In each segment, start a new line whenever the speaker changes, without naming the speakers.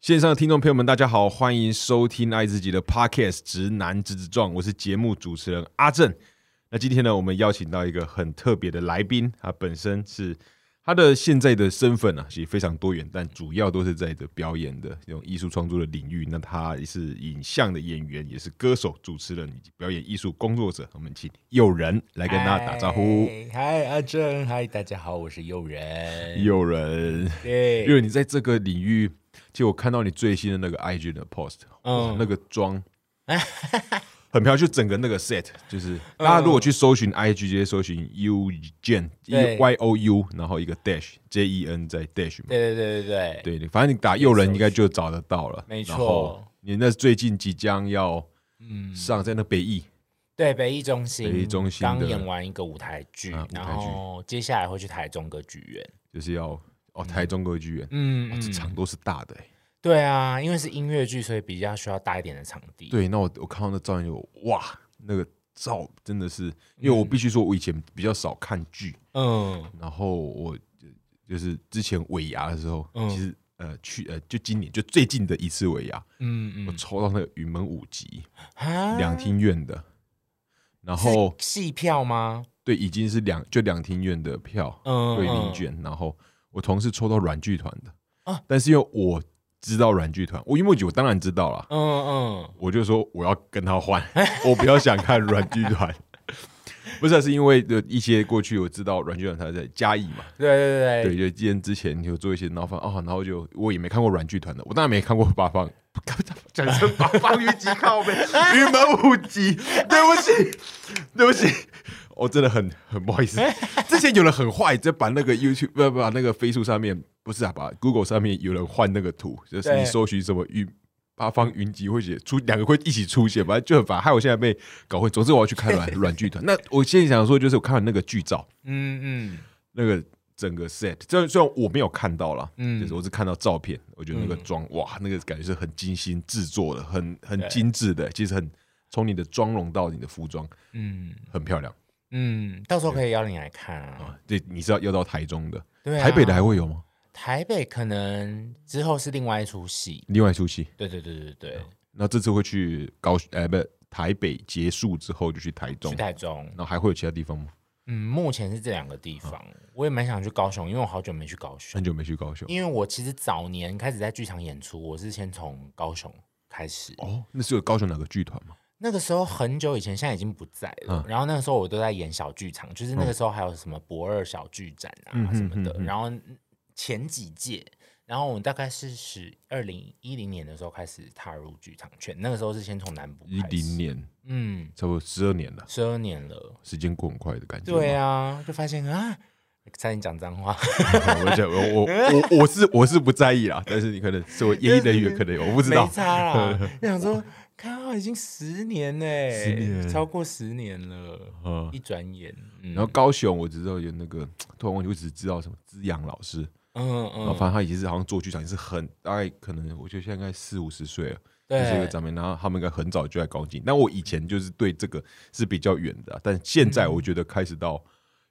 线上的听众朋友们，大家好，欢迎收听爱自己的 Podcast《直男直直撞》，我是节目主持人阿正。那今天呢，我们邀请到一个很特别的来宾，他本身是他的现在的身份啊，其实非常多元，但主要都是在这表演的这种艺术创作的领域。那他也是影像的演员，也是歌手、主持人以及表演艺术工作者。我们请友人来跟大家打招呼。
嗨。哎嗨，阿正，嗨，大家好，我是诱人。
友人，
对，
因为你在这个领域，其实我看到你最新的那个 IG 的 post，、哇，
嗯
那个 妆很漂亮，就整个那个 set，就是大
嗯
家如果去搜寻 IG，直接搜寻 U Jen E
对
Y O U，然后一个 dash J E N 在 dash 嘛，
对对对对对，
对，反正你打诱人应该就找得到了。
没错
然
嗯
后你那最近即将要上在那北艺，
对北艺中心，
北艺中心的
刚演完一个舞台剧
啊，舞台
然
剧
后接下来会去台中歌剧院。
就是要哦台中歌剧院，
嗯
哇，这场都是大的欸。
对啊，因为是音乐剧，所以比较需要大一点的场地。，
对，那我我看到那照片就哇，那个照真的是，因为我必须说，我以前比较少看剧，
嗯，
然后我就就是之前尾牙的时候，
嗯
其实呃去呃就今年就最近的一次尾牙，
嗯
我
嗯
抽到那个云门舞集
啊
两厅院的，然后
是戏票吗？
对已经是两就两厅院的票
嗯
对
嗯
零卷，然后我同事抽到软剧团的
啊，
但是因为我知道软剧团，我云门舞集我当然知道啦，
嗯嗯，
我就说我要跟他换， 我不要想看软剧团。 不是啊，是因为的一些过去我知道软剧团他在嘉义嘛，
对对
对，
对
就之前之前有做一些，然后发哦，然后就我也没看过软剧团的，我当然没看过八方， 讲成八 方云集靠背，云门舞集，对不起，对不起，我真的很很不好意 思。之前有人很坏，就把那个 YouTube 不不把那个飞速上面不是啊，把 Google 上面有人换那个图，就是你
对
搜寻什么云。八方云集会写出两个会一起出现，反正就很烦，害我现在被搞混。总之我要去看 软软剧团。那我现在想说，就是我看完那个剧照，
嗯嗯
那个整个 set，虽然虽然我没有看到啦，
嗯
就是我只看到照片，我觉得那个妆、哇，那个感觉是很精心制作的，很很精致的，其实很从你的妆容到你的服装
嗯
很漂亮
嗯，到时候可以邀你来看啊。
啊。对，你是要要到台中的，
对啊，
台北的还会有吗？
台北可能之后是另外一出戏。嗯
另外一出戏，
对对对对对，
那这次会去高呃不台北结束之后就去台中
去，台中
然。后还会有其他地方吗？
嗯，目前是这两个地方，我也蛮想去高雄，因为我好久没去高雄
嗯很。久没去高雄
因为我其实早年开始在剧场演出，我是先从高雄开始。
哦，那是有高雄哪个剧团吗？
那个时候很久以前，现在已经不在
嗯
了。然后那个时候我都在演小剧场，就是那个时候还有什么博二小剧展啊
嗯哼
什么的。
嗯哼
然后前几届，然后我们大概是十二零一零年的时候开始踏入剧场圈，那个时候是先从南部
一
开始
零，年，
嗯，
差不多十二年了，
十二年了。
时间过很快的感觉。
对啊，就发现啊，差点讲脏 话。
我讲我我我我是我是不在意啦，但是你可能是我演艺人员，可能有我不知道
没。差啦。就想说，靠，已经十年嘞，
十年
超过十年了，
嗯，
一转眼，嗯
然后高雄我只知道有那个，突然忘记，我只知道什么资阳老师，
嗯
然后
嗯，
反正他也是好像做剧场，也是很大概可能我觉得现在应该四五十岁了，就是一个
对，
长辈，然后他们应该很早就在高进，但我以前就是对这个是比较远的啊，但现在
嗯
我觉得开始到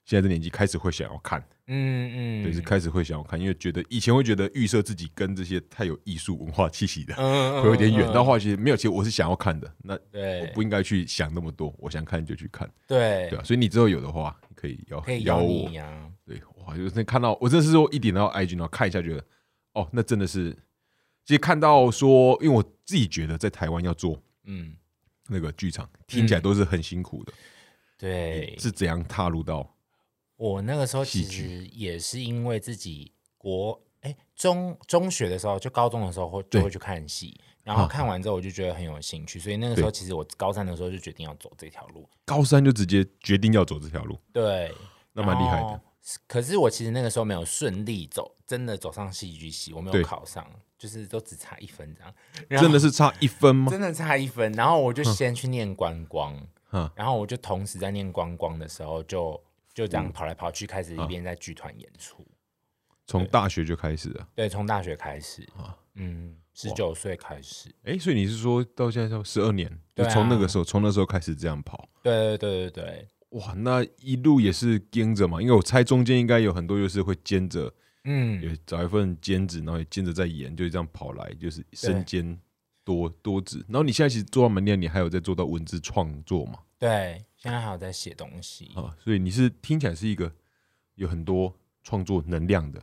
现在的年纪开始会想要看，
嗯嗯，
对，是开始会想要看，因为觉得以前会觉得预设自己跟这些太有艺术文化气息的，
嗯，嗯
会有点远，
嗯
但后来其实没有，其实我是想要看的，那我
对
不应该去想那么多，我想看就去看，
对
对啊，所以你之后有的话可以邀
可以
邀
邀
我
你，啊呀，
对，哇，就是看到我真的是说一点到 IG，然后看一下觉得，哦，那真的是，其实看到说，因为我自己觉得在台湾要做
嗯，
那个剧场，听起来都是很辛苦的，
对，
是怎样踏入到
我那个时候其
戏剧
实也是因为自己国哎中中学的时候，就高中的时候会就
对
会去看戏，然后看完之后我就觉得很有兴趣，所以那个时候其实我高三的时候就决定要走这条路，
高三就直接决定要走这条路，
对，
那蛮厉害
然
的
后。可是我其实那个时候没有顺利走，真的走上戏剧系，我没
对
有考上，就是都只差一分这样，然后
真的是差一分吗？
真的差一分。然后我就先去念观光，
嗯
然后我就同时在念观光的时候就。就这
嗯
样跑来跑去，开始一边在剧团演出，
从大学就开始了，
对，从大学开始，
啊
嗯，十九岁开始，
哎，所以你是说到现在到十二年，就
对啊
从那个时候，从那时候开始这样跑，
对对对对对，
哇，那一路也是跟着嘛，因为我猜中间应该有很多就是会兼着
嗯，
也找一份兼职，然后也兼着在演，就是这样跑来，就是身兼多多职。然后你现在其实做到门店，你还有在做到文字创作嘛？
对，现在还有在写东西，
啊，所以你是听起来是一个有很多创作能量的。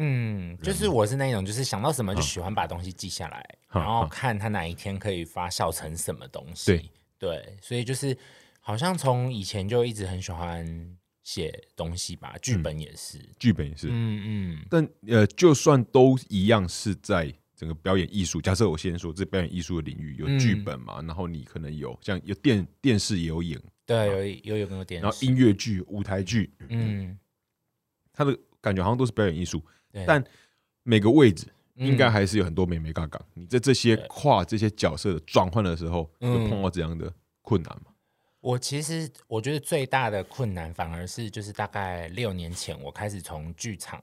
嗯，就是我是那种，就是想到什么就喜欢把东西记下来，
嗯
然后看它哪一天可以发酵成什么东西。
对
对所以就是好像从以前就一直很喜欢写东西吧，剧本也是。
剧本也嗯是，
嗯嗯
但呃，就算都一样是在整个表演艺术，假设我先说这表演艺术的领域有剧
嗯
本嘛，然后你可能有像有电电视也有演，
对，有一有有跟我点，
然后音乐剧、舞台剧，
嗯，
它的感觉好像都是表演艺术，
对，
但每个位置
嗯
应该还是有很多美美嘎嘎。你在这些跨这些角色的转换的时候，有
嗯
碰到怎样的困难吗？
我其实我觉得最大的困难反而是就是大概六年前我开始从剧场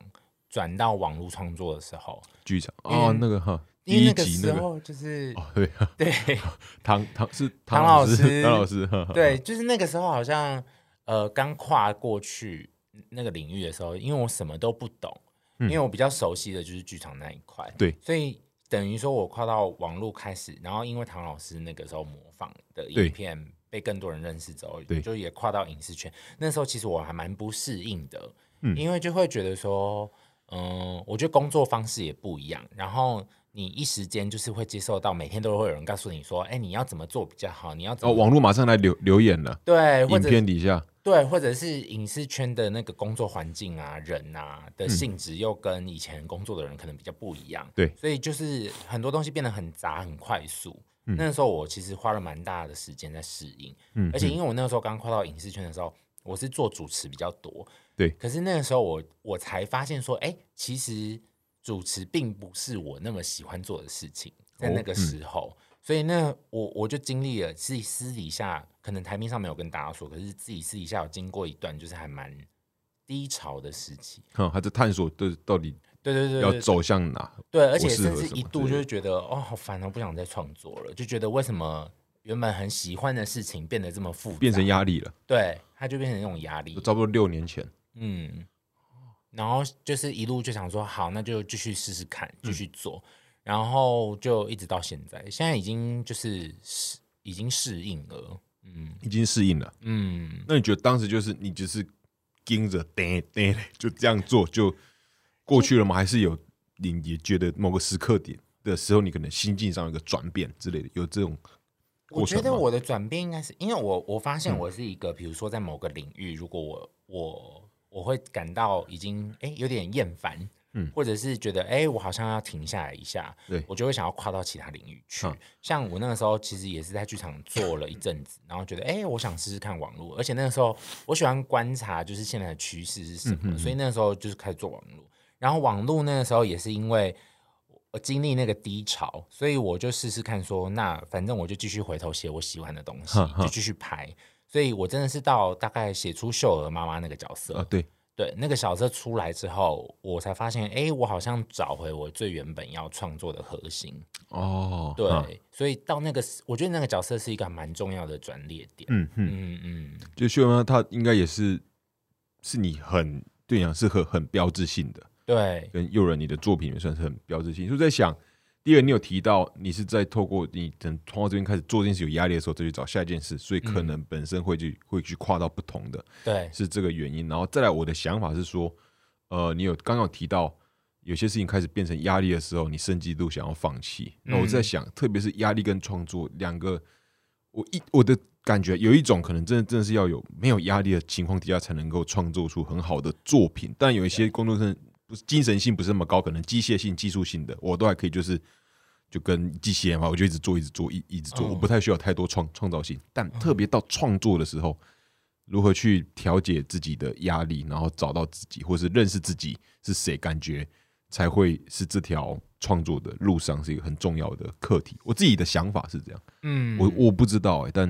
转到网络创作的时候，
剧场
因为
哦，那个哈，第
嗯因为
一
那个
集
时
那个
候就是、
哦，对，
对。
唐唐是
唐
老
老师
唐老师， 呵呵
对，就是那个时候好像呃刚跨过去那个领域的时候，因为我什么都不懂，因为我比较熟悉的就是剧场那一块，
嗯对
所以等于说我跨到网络开始，然后因为唐老师那个时候模仿的
对
影片被更多人认识之后
对，
就也跨到影视圈。那时候其实我还蛮不适应的，
嗯
因为就会觉得说，嗯，我觉得工作方式也不一样，然后。你一时间就是会接受到，每天都会有人告诉你说：“哎、你要怎么做比较好？你要怎
哦，
么
网络马上来留留言了，
对，或
影
者
片底下
对，或者是影视圈的那个工作环境啊、人啊
嗯
的性质，又跟以前工作的人可能比较不一样。
对
所以就是很多东西变得很杂、很快速。那时候我其实花了蛮大的时间在适应，
嗯
而且因为我那时候刚跨到影视圈的时候，我是做主持比较多，
对
可是那个时候我我才发现说，哎、其实主持并不是我那么喜欢做的事情，在
哦
那个时候，所以那我我就经历了自己私底下，可能台面上没有跟大家说，可是自己私底下有经过一段就是还蛮低潮的时期。
哈，还在探索，对，到底
对对对
要
对
走向哪？
对，而且
我适
甚
合
至
什
一
么
度
之
就
类
是觉得哦，好烦哦，不想再创作了，就觉得为什么原本很喜欢的事情变得这么复杂，
变成压力了，
对，它就变成那种压力
就。差不多六年前，
嗯，然后就是一路就想说，好，那就继续试试看，继续做，然后就一直到现在，现在已经就是适已经适应了，嗯
已经适应了。
嗯，
那你觉得当时就是你只是盯着呆呆就这样做就过去了吗？还是有你也觉得某个时刻点的时候，你可能心境上有一个转变之类的，有这种
我
过程吗？
觉
嗯
得我的转变应该是因为我我发现我是一个，比如说在某个领域，如果我我我会感到已经哎有点厌烦。
嗯
或者是觉得哎、我好像要停下来一下，
对
我就会想要跨到其他领域去。
嗯
像我那个时候其实也是在剧场做了一阵子，然后觉得哎、我想试试看网络，而且那个时候我喜欢观察就是现在的趋势是什么，
嗯
所以那个时候就是开始做网络。然后网络那个时候也是因为我经历那个低潮，所以我就试试看说，那反正我就继续回头写我喜欢的东西
哼，哼
就继续拍。所以我真的是到大概写出秀儿妈妈那个角色，
啊，对，
对那个角色出来之后，我才发现，哎，我好像找回我最原本要创作的核心。
哦，
对，
啊
所以到那个，我觉得那个角色是一个蛮重要的转捩点。
嗯嗯，
嗯嗯，
就秀妈她应该也是是你很对你讲是很很标志性的，
对，
跟诱人你的作品也算是很标志性。就在想，第二，你有提到你是在透过你等通过这边开始做这件事有压力的时候，再去找下一件事，所以可能本身会去、会去跨到不同的，
对，
是这个原因。然后再来，我的想法是说，呃，你有刚刚有提到。有些事情开始变成压力的时候，你甚至都想要放弃。那我在想，特别是压力跟创作两个，我一我的感觉有一种可能真的真的是要有没有压力的情况底下才能够创作出很好的作品，但有一些工作生不是精神性不是那么高，可能机械性、技术性的，我都还可以就是就跟机器人嘛，我就一直做、一直做、一一直做，
嗯
我不太需要太多创创造性。但特别到创作的时候，如何去调节自己的压力，然后找到自己，或是认识自己是谁，感觉才会是这条创作的路上是一个很重要的课题。我自己的想法是这样。
嗯，
我我不知道哎、但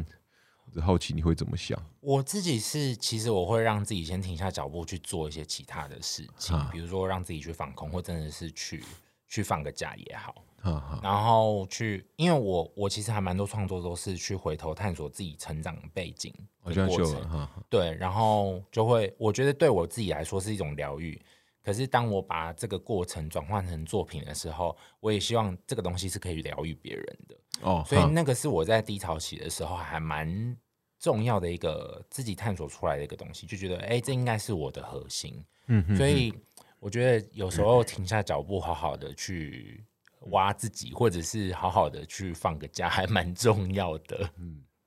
我只好奇你会怎么想
我自己是，其实我会让自己先停下脚步去做一些其他的事情，
啊
比如说让自己去放空，或真的是去去放个假也好。
哈哈，
然后去，因为我我其实还蛮多创作都是去回头探索自己成长背景
我
的
哦就像
过
秀
程，
了哈哈，
对，然后就会我觉得对我自己来说是一种疗愈。可是当我把这个过程转换成作品的时候，我也希望这个东西是可以疗愈别人的。
哦，
所以
哼
那个是我在低潮期的时候还蛮重要的一个自己探索出来的一个东西，就觉得哎、诶这应该是我的核心。
嗯哼
所以我觉得有时候停下脚步，好好的去挖自己，或者是好好的去放个假，还蛮重要的。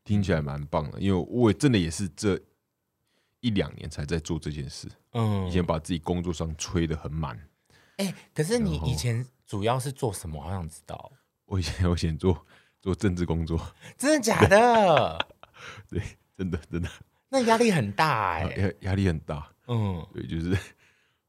听起来蛮棒的，因为我真的也是这一两年才在做这件事，
嗯
以，前把自己工作上吹得很满。
哎、可是你
然后
以前主要是做什么？好想知道，
我以前我 以前做做政治工作，
真的假的？
对，真的真的
那压力很大 哎、
压压力很大，
嗯，
对，就是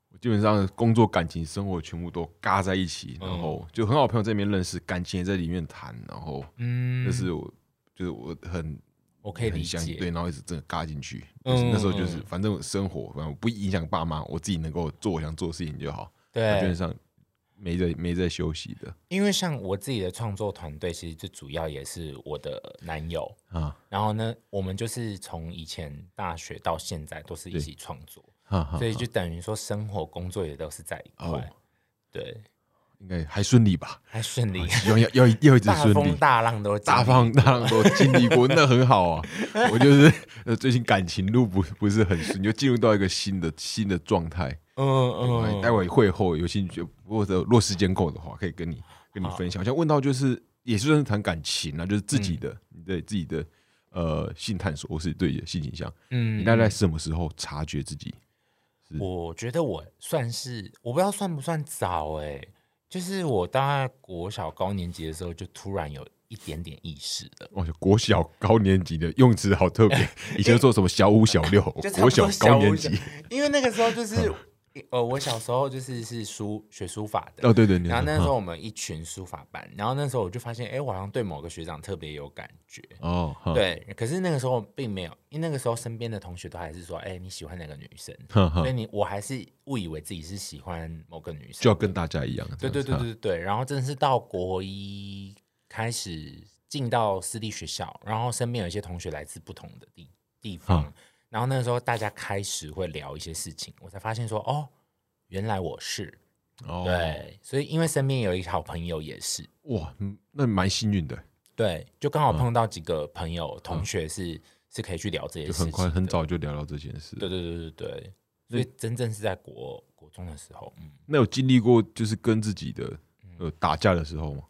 我基本上工作、感情、生活全部都嘎在一起，
嗯
然后就很好朋友在里面认识，感情也在里面谈，然后
嗯，
那是我就是我很
我可以理
很想
解，
对，然后一直真的嘎进去。就是那时候就是
嗯嗯
反正我生活，反正我不影响爸妈，我自己能够做我想做的事情就好。基本
对，
上没在没在休息的
因为像我自己的创作团队，其实最主要也是我的男友。
啊，
然后呢，我们就是从以前大学到现在都是一起创作，
哈哈
所以就等于说生活、工作也都是在一块，
哦
对，
应该还顺利吧？
还顺 利，
希望要要要一直
大
顺
风
利。
大浪都经历
大方大浪都经历过，那很好啊。我就是呃，最近感情路不不是很顺，就进入到一个新的新的状态。
嗯
哎待
嗯，
会会后有兴趣，或者若时间够的话，可以跟你跟你分享。我想问到就是，也是算是谈感情啊，就是自
嗯
己的、你对自己的呃性探索，或是对你的性倾向，
嗯
你大概什么时候察觉自己？
我觉得我算是，我不知道算不算早哎、就是我大概国小高年级的时候，就突然有一点点意识了。
哇，国小高年级的用词好特 别，以前说什么小五、小六，
就差
国
不多
小高
五
年
小
级，， 嗯
因为那个时候就是，呃，我小时候就是是书学书法的，
哦，对对，你
然后那时
说
候我们一群书法班，然后那时候我就发现，哎，我好像对某个学长特别有感觉。
哦，哈，
对，可是那个时候并没有，因为那个时候身边的同学都还是说，哎，你喜欢哪个女生？
哈哈
所以，你我还是误以为自己是喜欢某个女生。
就要跟大家一样，
对对
这样
对
子
对对。然后真的是到国一开始进到私立学校，然后身边有一些同学来自不同的地地方
嗯，
然后那个时候大家开始会聊一些事情，我才发现说，哦，原来我是。
哈，哦，
对，所以因为身边有一个好朋友也是，
哇，嗯那蛮幸运的，
对，就刚好
嗯
碰到几个朋友、同学是、是可以去聊这些
就
事情
很
的，
快很早就聊到这件事。
对，对对对对，所以真正是在国国中的时候，嗯，
那有经历过就是跟自己的呃打架的时候吗？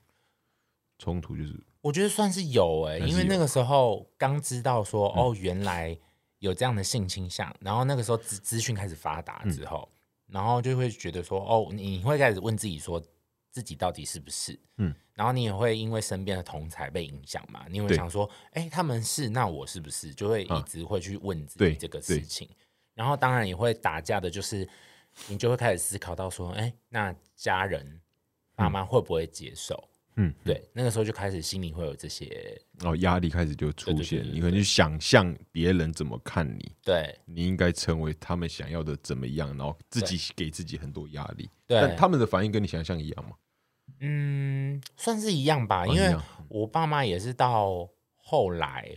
冲突就是
我觉得算是有
还
哎、
是嗯
因为那个时候刚知道说、哦，原来有这样的性倾向，然后那个时候资资讯开始发达
嗯
之后，然后就会觉得说哦，你你会开始问自己说自己到底是不是，
嗯
嗯，然后你也会因为身边的同才被影响嘛，你会
对嗯
想说，哎、他们是，那我是不是就会一直会去问自
对
己这个
对
事情，然后当然也会打架的，就是你就会开始思考到说，哎、那家人爸妈会不会接受？
嗯，
对，那个时候就开始心里会有这些，
然后压力开始就出
对对对
现，
对对
你可能就想象别人怎么看你，
对
你应该成为他们想要的怎么样，然后自己给自己很多压力。但
对，
他们的反应跟你想象一样吗？
嗯，算是一样吧，
哦
因
一
为
样
我爸妈也是到后来，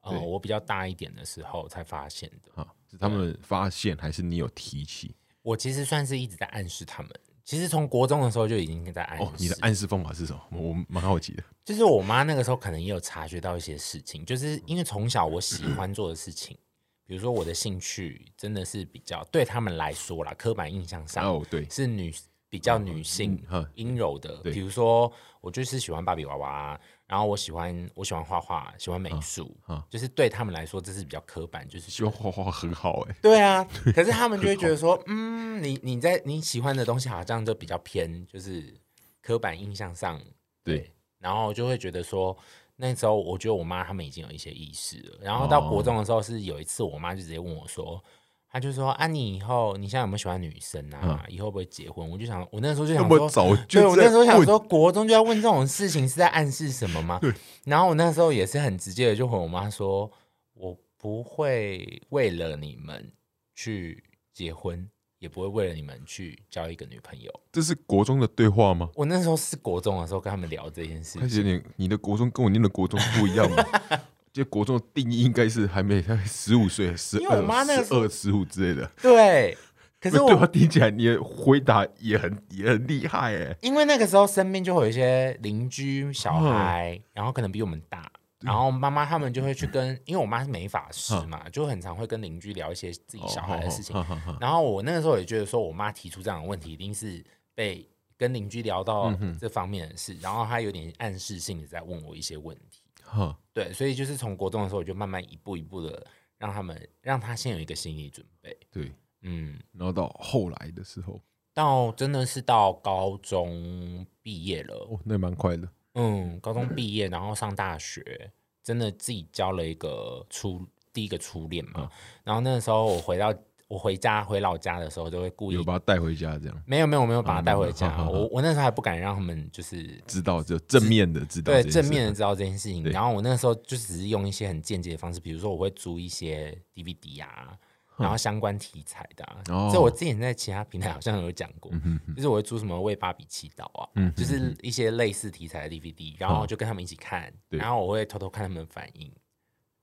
呃，
对
我比较大一点的时候才发现的。
啊，是他们发现还是你有提起？
我其实算是一直在暗示他们，其实从国中的时候就已经在暗示，
哦，你的暗示方法是什么？我我蛮好奇的。
就是我妈那个时候可能也有察觉到一些事情，就是因为从小我喜欢做的事情，比如说我的兴趣真的是比较对他们来说啦，刻板印象上
哦，对，
是女比较女性
嗯哈
阴柔的，
对
比如说我就是喜欢芭比娃娃，然后我喜欢我喜欢画画，喜欢美术
啊啊，
就是对他们来说这是比较刻板，就是
希望画画很好哎、
对 啊，可是他们就会觉得说，嗯，你你在你喜欢的东西好像就比较偏，就是刻板印象上，
对，
然后就会觉得说，那时候我觉得我妈他们已经有一些意识了，然后到
哦
国中的时候是有一次我妈就直接问我说。她就说：“啊，你以后你现在有没有喜欢女生啊？
嗯
以后会不会结婚？”我就想，我那时候就
那
想
么
说，
早
对
就
我那
在
时候想
问
说，国中就要问这种事情是在暗示什么吗？然后我那时候也是很直接的就回我妈说，我不会为了你们去结婚，也不会为了你们去交一个女朋友。
这是国中的对话吗？
我那时候是国中的时候跟他们聊这件事
开始有
情，
点，你的国中跟我念的国中不一样 嘛？就国中的定义应该是还没才十五岁、十
因为我妈那
二、
个
十
时候
二、十五之类的。
对。可是
对
我
啊，听起来你的回答也很也很厉害哎。
因为那个时候身边就会有一些邻居小
嗯
孩，然后可能比我们大，然后妈妈他们就会去跟，因为我妈是美发师嘛，就很常会跟邻居聊一些自己小孩的事
嗯
情。
哦，好好好好
然后我那个时候也觉得说，我妈提出这样的问题，一定是被跟邻居聊到这方面的事，然后她有点暗示性的在问我一些问题。
好好
对，所以就是从国中的时候，我就慢慢一步一步的让他们让他先有一个心理准备。
对，
嗯，
然后到后来的时候，
到真的是到高中毕业了，
哦，那也蛮快的。
嗯，高中毕业，然后上大学，真的自己交了一个初第一个初恋嘛。然后那时候我回到我回家回老家的时候，就会故意
有把他带回家，这样
没有没有我没有把
啊
他带回
没有
家，
好好好
我我那时候还不敢让他们就是
知道就正面的知道
对
这件
正
事
面的知道这件事情。
对
然后我那个时候就只是用一些很间接的方式，比如说我会租一些 DVD 啊，然后相关题材的、啊。
哦
这我之前在其他平台好像有讲过，
哼
就是我会租什么《为芭比祈祷》啊，
嗯哼
就是一些类似题材的 DVD，然后
哦
就跟他们一起看，
对
然后我会偷偷看他们的反应。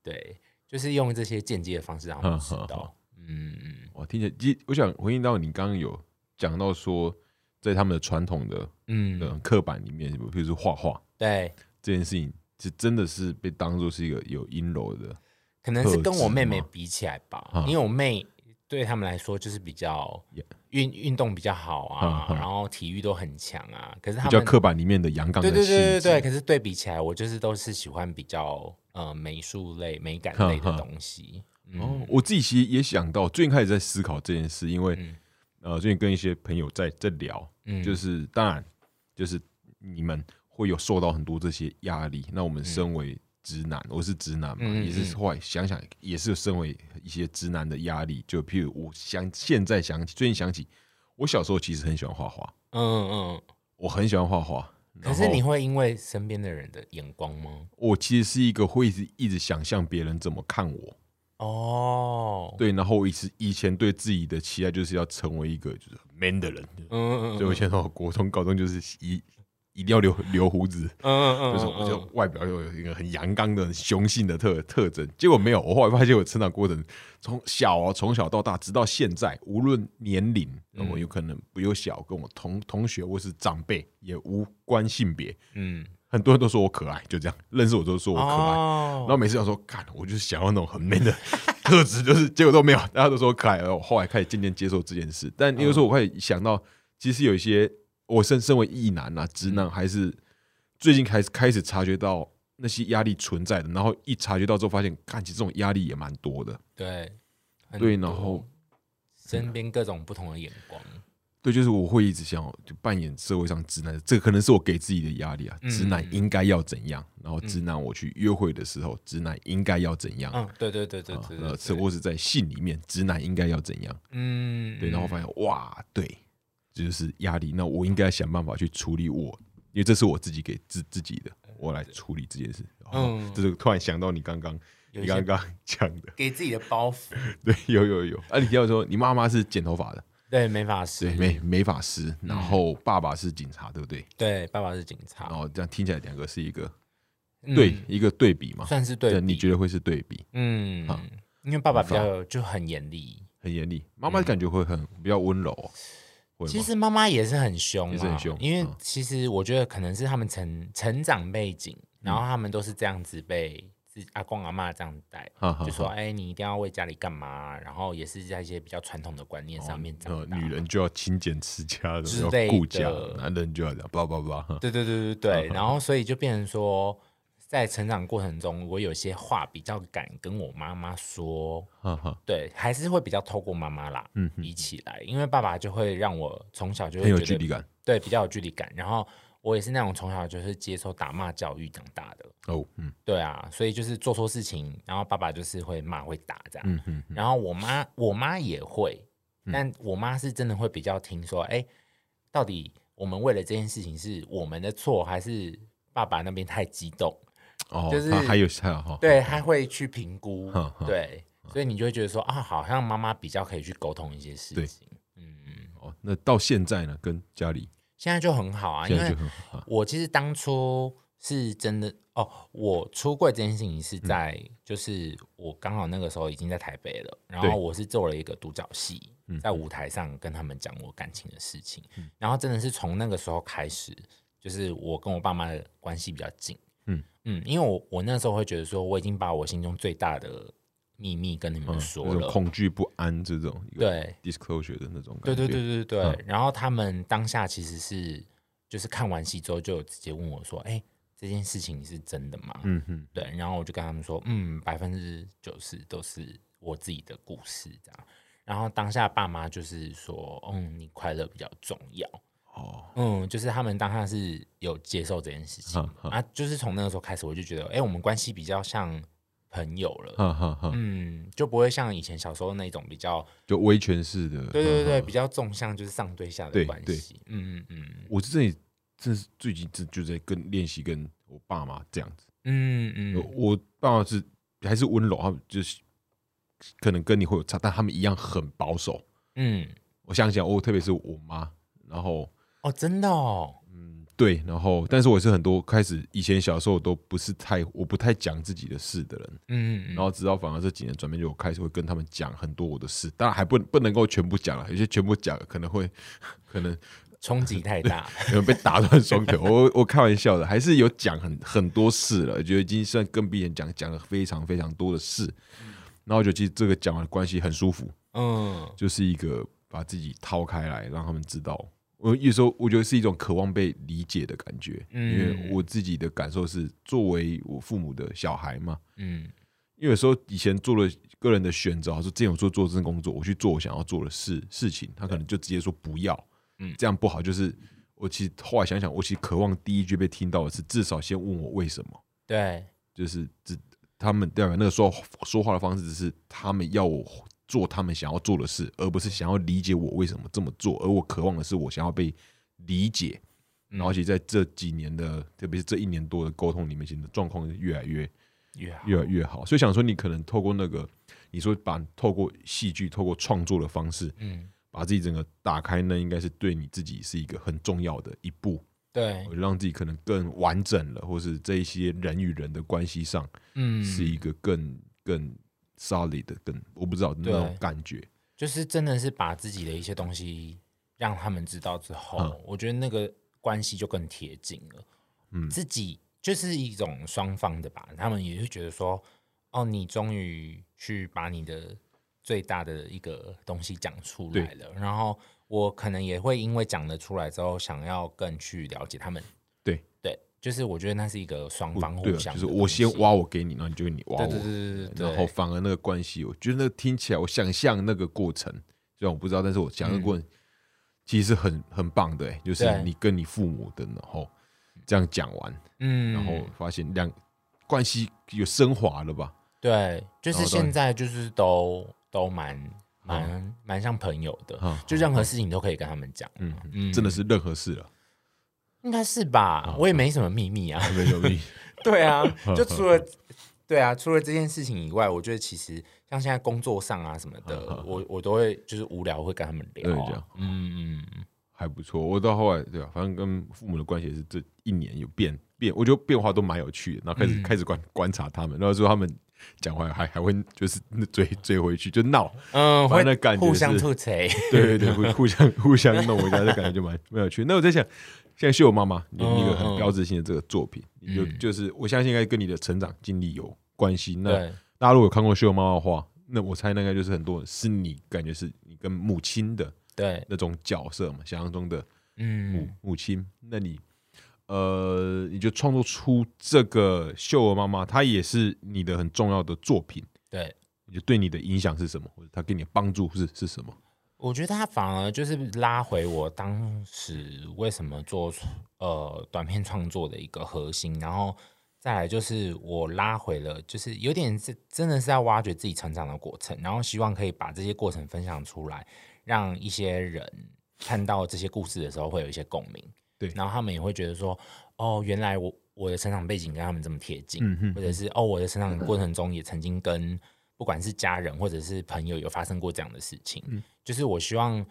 对，就是用这些间接的方式让他们知
哼哼
道。嗯嗯
哇，听起来，其实我想回应到你刚刚有讲到说，在他们的传统的
嗯，
呃刻板里面，比如说画画
对。
这件事情，是真的是被当做是一个有阴柔的
可能是跟
特质
我妹妹
吗
比起来吧，
啊
因为我妹对他们来说就是比较
Yeah
运运动比较好啊
啊，啊
然后体育都很强啊。可是
比
他
较
们
刻板里面的阳刚的
对对
气质，
对对对，可是对比起来，我就是都是喜欢比较呃美术类、美感类的
哈哈
东西。嗯，
哦，我自己其实也想到，最近开始在思考这件事，因为、
嗯
呃，最近跟一些朋友在在聊，
嗯
就是当然就是你们会有受到很多这些压力，那我们身为直男，我是直男嘛，
嗯嗯
也是后来想想也是有身为一些直男的压力，就譬如我想现在想起，最近想起，我小时候其实很喜欢画画，
嗯嗯。
我很喜欢画画，
可是
然后
你会因为身边的人的眼光吗？
我其实是一个会一直一直想象别人怎么看我，
哦，
对，然后我以前以前对自己的期待就是要成为一个就是很 man 的人，
嗯嗯嗯
所以我现在我国中、高中就是一一定要留留胡子，
嗯嗯，
就是
嗯
我就
嗯
外表又有一个很阳刚的、很雄性的特特征。结果没有，我后来发现我成长过程从小啊，从小到大，直到现在，无论年龄，
嗯
那我有可能比我小，跟我同同学或是长辈也无关性别，
嗯，
很多人都说我可爱，就这样，认识我都说我可爱。然后
哦，
每次想说，看，我就是想要那种很 man 的特质，就是结果都没有，大家都说可爱。然后我后来开始渐渐接受这件事，但有时候我会想到，其实有一些我身身为异男啊、直男，还是最近开始开始察觉到那些压力存在的，然后一察觉到之后，发现，看，其实这种压力也蛮多的。
对很
对，然
多
后
身边各种不同的眼光，
对，就是我会一直想要就扮演社会上直男，这个可能是我给自己的压力啊。
嗯
直男应该要怎样？然后直男我去约会的时候，直男应该要怎样？
嗯，对对对对
啊
对
呃，
对，
这或是在信里面，直男应该要怎样？
嗯，
对，然后发现哇，对，这就是压力。那我应该想办法去处理我，因为这是我自己给自自己的，我来处理这件事。
嗯
嗯， 这是突然想到你刚刚
有
你
一些
刚刚讲的，
给自己的包袱，
对，有有有。啊，你听到说你妈妈是剪头发的，
对，嗯没法师，
对，美美发师，然后爸爸是警察，对不对？
对，爸爸是警
然
察，
后这样听起来两个是一个
啊嗯
哦对一个对比嘛？
算是对比，
你觉得会是对比？
嗯
啊，
因为爸爸比
没法
较有就很严厉，
很严厉，妈妈感觉会很比较温柔哦，会
嗯其
吗？
实妈妈也是很凶啊，
也是很凶
因为
嗯
其实我觉得可能是他们成成长背景，然后他们都是这样子被自阿公阿妈这样带。
哈哈
就说
哈
哎、你一定要为家里干嘛？然后也是在一些比较传统的观念上面长
呃，
大。
女人就要勤俭持家的，
之
要
类
顾家
的，
男人就要这样，叭叭叭。哈
对对对
嗯
对对，然后所以就变成说，在成长过程中，我有些话比较敢跟我妈妈说，
哈哈，
对，还是会比较透过妈妈啦，
嗯
嗯，
哼
比起来，因为爸爸就会让我从小就会
很有
觉
距
得
离感
对，比较有距离感。然后我也是那种从小就是接受打骂教育长大的，
哦，嗯
对啊，所以就是做错事情，然后爸爸就是会骂会打这样。
嗯嗯，
然后我妈我妈也会，但我妈是真的会比较听说，哎、到底我们为了这件事情是我们的错，还是爸爸那边太激动？嗯
哦，
就是
他还有还有哈，
对，她会去评估
哼，哼
对，所以你就会觉得说啊，好像妈妈比较可以去沟通一些事
对
情。嗯，
哦，那到现在呢，跟家里
现在就很好啊，因
现在
为
就很好啊，
我其实当初是真的哦。我出柜这件事情
嗯
是在，就是我刚好那个时候已经在台北了，然
对嗯
后我是做了一个独角戏，在舞台上跟他们讲我感情的事情，然后真的是从那个时候开始，就是我跟我爸妈的关系比较近，
嗯
嗯嗯，因为我我那时候会觉得说，我已经把我心中最大的秘密跟你们说
嗯那
了
种，恐惧不安这种一个
对，
disclosure 的那种感
对
觉。
对对对对。
嗯
然后他们当下其实是就是看完戏之后，就有直接问我说：“哎、这件事情是真的吗？”
嗯哼，
对，然后我就跟他们说：“嗯，百分之九十都是我自己的故事这样。”然后当下爸妈就是说：“嗯，你快乐比较重要。”
哦，
嗯，就是他们当下是有接受这件事情
嗯嗯
啊，就是从那个时候开始，我就觉得，哎、我们关系比较像朋友了，
哈哈哈，
嗯，就不会像以前小时候那种比较
就威权式的。
对对对，
嗯，嗯嗯
比较纵向就是上对下
对
的关
对
系。嗯嗯
我这里真是最近这就在跟练习跟我爸妈这样子。
嗯嗯
呃
嗯，
我爸妈是还是温柔，他们就是可能跟你会有差，但他们一样很保守。
嗯，
我想想，我特别是我妈，然后嗯
哦，真的哦，
对，然后但是我也是很多开始以前小时候都不是太我不太讲自己的事的人，
嗯嗯
然
嗯，
后直到反而这几年转变，就我开始会跟他们讲很多我的事，当然还不不能够全部讲了，有些全部讲可能会可能
冲击 太大。
可能被打断双腿。我我开玩笑的，还是有讲很很多事了，我觉得已经算跟别人讲讲了非常非常多的事。然后我觉得其实这个讲完关系很舒服，
嗯
就是一个把自己掏开来，让他们知道。我有时候我觉得是一种渴望被理解的感觉，
嗯
因为我自己的感受是，作为我父母的小孩嘛，
嗯
因为有时候以前做了个人的选择，说之前我做做这份工作，我去做我想要做的事事情，他可能就直接说不要，
嗯
这样不好。就是我其实后来想想，我其实渴望第一句被听到的是至少先问我为什么，
对，
就是只他们对吧？那个说说话的方式只是他们要我做他们想要做的事，而不是想要理解我为什么这么做，而我渴望的是我想要被理解。
嗯
然后，而且在这几年的，特别是这一年多的沟通里面，其实状况越来越
越好
越来越好。所以想说，你可能透过那个，你说把透过戏剧、透过创作的方式，
嗯
把自己整个打开，那应该是对你自己是一个很重要的一步，
对，
我让自己可能更完整了，或是这一些人与人的关系上
嗯，
是一个更更 solid 的，更我不知道那
对
种感觉。
就是真的是把自己的一些东西让他们知道之后，
嗯
我觉得那个关系就更贴近了。
嗯
自己就是一种双方的吧，他们也会觉得说，哦，你终于去把你的最大的一个东西讲出来了，然后我可能也会因为讲了出来之后，想要更去了解他们。
对
对，就是我觉得那是一个双方
对
互
啊，
相
就
的东西，
是我先挖我给你，然后你就你挖
对，
我，
对对对对对，
然后反而那个关系，我觉得那个听起来，我想象那个过程，虽然我不知道，但是我想象过程其实是很很棒的、欸，就是
嗯对
你跟你父母的，然后这样讲完，
嗯，
然后发现两关系有升华了吧？
对，就
然后
是
到
现在就是都都蛮
哦
蛮蛮像朋友的
嗯，
就任何事情都可以跟他们讲，
嗯，
嗯
真的是任哦何事 了，
应该是吧？我也没什么秘密 啊，
没有秘密
对 啊，就除了对啊，除了这件事情以外，我觉得其实像现在工作上啊什么 的，我我都会就是无聊会跟他们聊
对这
啊
样，
嗯嗯嗯，
还不错。我到后来对吧、啊反正跟父母的关系也是这一年有变变，我觉得变化都蛮有趣的。然后开始、
嗯
开始观观察他们，然后说他们讲话还还会就是追追回去就闹，
嗯，
反
会
正那感觉
互相
是
吐槽，
对对对，互互相互相弄一下，这感觉就蛮蛮有趣。那我在想，现在是我妈妈，你
嗯
一个很标志性的这个作品，你就就是我相信应该跟你的成长经历有关系。 那
对，
大家如果有看过《秀妈妈》的话，那我猜那应该就是很多人是你感觉是你跟母亲的
对，
那种角色嘛，想象中的母
嗯，
母亲。那你呃，你就创作出这个《秀儿妈妈》，它也是你的很重要的作品。
对。
你就对你的影响是什么，或者它给你的帮助是是什么？
我觉得他反而就是拉回我当时为什么做呃短片创作的一个核心，然后再来就是我拉回了，就是有点是真的是在挖掘自己成长的过程，然后希望可以把这些过程分享出来，让一些人看到这些故事的时候会有一些共鸣，
对
然后他们也会觉得说，哦，原来我我的成长背景跟他们这么贴近，
嗯哼
或者是哦，我的成长过程中也曾经跟不管是家人或者是朋友有发生过这样的事
嗯
情，就是我希望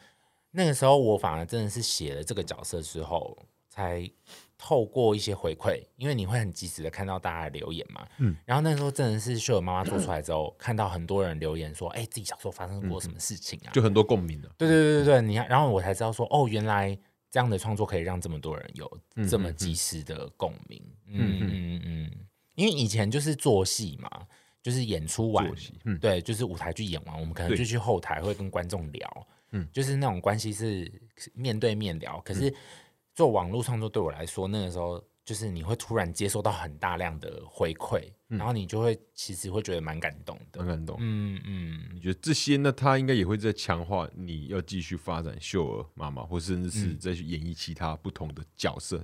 那个时候我反而真的是写了这个角色之后，才透过一些回馈，因为你会很及时的看到大家的留言嘛。嗯，然后那时候真的是秀友妈妈做出来之后，看到很多人留言说，哎、自己小时候发生过什么事情啊？
就很多共鸣了。
对对对对对，你看，然后我才知道说，哦，原来这样的创作可以让这么多人有
嗯
这么及时的共鸣。嗯嗯嗯，因为以前就是做戏嘛，就是演出完
做戏，嗯
对，就是舞台剧演完，我们可能
对
就去后台会跟观众聊，
嗯
嗯，就是那种关系是面对面聊。可是做网络创作对我来说，那个时候就是你会突然接收到很大量的回馈，然后你就会其实会觉得蛮感动的
很。感动。
嗯嗯，
你觉得这些呢？它应该也会在强化你要继续发展秀儿妈妈，或甚至
嗯
是再去演绎其他不同的角色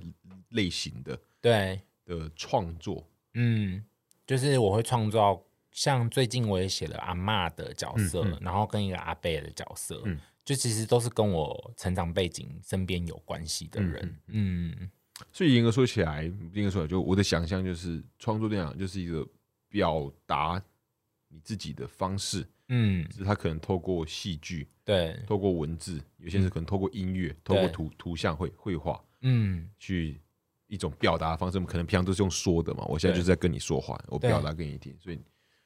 类型的
对。
的创作。
嗯，就是我会创造，像最近我也写了阿嬷的角
嗯
色，然后跟一个阿伯的角色，就其实都是跟我成长背景身边有关系的人。嗯
所以严格说起来，严格说起来，就我的想象就是创作电影就是一个表达你自己的方式，
嗯，
就是它可能透过戏剧，
对，嗯
透过文字，有些是可能透过音乐，透过
对
图图像绘绘画
嗯
去一种表达方式。我们可能平常都是用说的嘛，我现在
对
就是在跟你说话，我
对
表达给你听，所以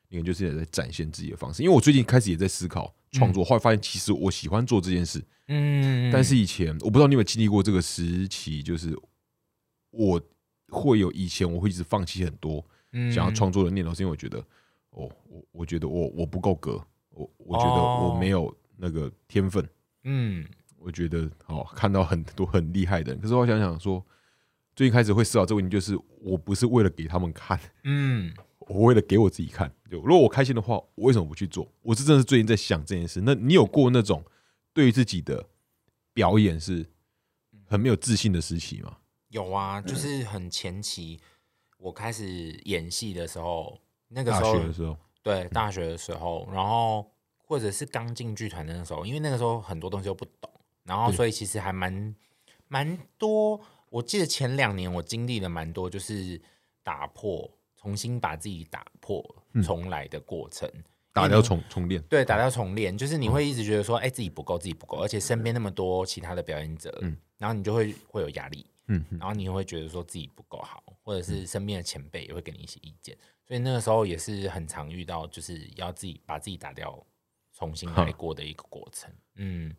你们就是也在展现自己的方式。因为我最近开始也在思考创作，后来发现其实我喜欢做这件事，
嗯，
但是以前我不知道你有没有经历过这个时期，就是我会有以前我会一直放弃很多想要
嗯
创作的念头，是因为我觉得，哦，我我觉得我我不够格，我我觉得
哦
我没有那个天分，
嗯
我觉得哦，看到很多很厉害的人，可是我想想说，最近开始会思考这个问题，就是我不是为了给他们看，
嗯
我为了给我自己看，就如果我开心的话，我为什么不去做？我是真的是最近在想这件事。那你有过那种对于自己的表演是很没有自信的时期吗？
有啊，就是很前期我开始演戏的时候，那个
大
时候嗯
学的时候，
对，大学的时候，然后或者是刚进剧团的那时候，因为那个时候很多东西都不懂，然后所以其实还蛮蛮多。我记得前两年我经历了蛮多，就是打破，重新把自己打破重来的过程。
打掉重重练，
对，打掉重练，就是你会一直觉得说，哎、自己不够，自己不够，而且身边那么多其他的表演者，然后你就会会有压力，
嗯
然后你会觉得说自己不够好，或者是身边的前辈也会给你一些意见，所以那个时候也是很常遇到，就是要自己把自己打掉，重新来过的一个过程。嗯，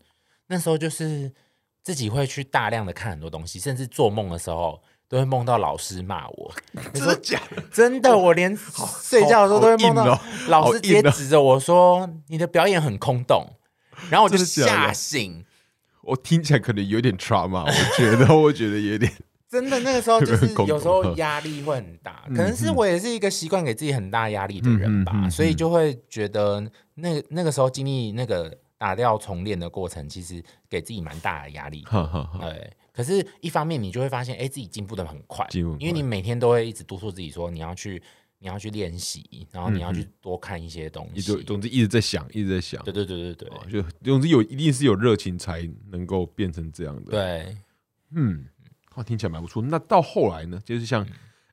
那时候就是自己会去大量的看很多东西，甚至做梦的时候都会梦到老师骂我，
真的假？
真的，我连 睡觉的时候都会梦
好硬
到
哦
老师直接指着我说：“你的表演很空洞。”然后我就
真的假的
吓醒。
我听起来可能有点 trauma，我觉得 我觉得有点
真的，那个时 候就是
空洞
有时候压力会很大，可能是我也是一个习惯给自己很大压力的人吧，
嗯嗯嗯嗯嗯
所以就会觉得那那个时候经历那个打掉重练的过程，其实给自己蛮大的压力。
哈哈 哈。
对，可是一方面你就会发现，哎、自己进步的很快，
进步很快
因为你每天都会一直督促自己说你要去，你要去练习，然后你要去多看一些东
也
西。
就总嗯之一直在想，一直在想
对，对对对对
哦就总之有一定是有热情才能够变成这样的。
对，
嗯，好，听起来蛮不错。那到后来呢，就是像，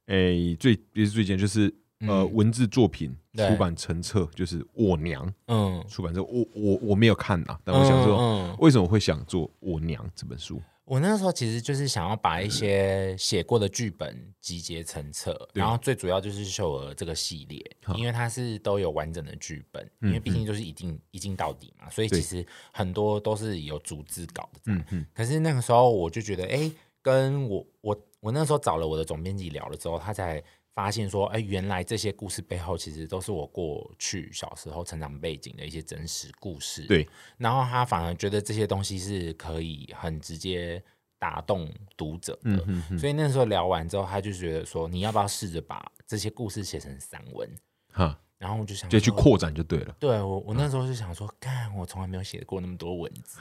诶、最也是最近就是呃，
嗯
文字作品
对
出版成册，就是我娘
嗯，
出版之后，我我我没有看啊，哦但我想说，
嗯嗯
为什么会想做我娘这本书？
我那时候其实就是想要把一些写过的剧本集结成册，
对
然后最主要就是秀娥这个系列，因为它是都有完整的剧本，因为毕竟就是一定一镜到底嘛，所
嗯
以
对嗯
其实很多都是有逐字稿的这样。可是那个时候我就觉得，哎、跟我我我那时候找了我的总编辑聊了之后，他才发现说，哎、原来这些故事背后其实都是我过去小时候成长背景的一些真实故事。
对，
然后他反而觉得这些东西是可以很直接打动读者
嗯
的，所以那时候聊完之后，他就觉得说，你要不要试着把这些故事写成散文？
哈，
然后我就想
就去
说
扩展就对了。
对我，我那时候就想说，干，我从来没有写过那么多文字，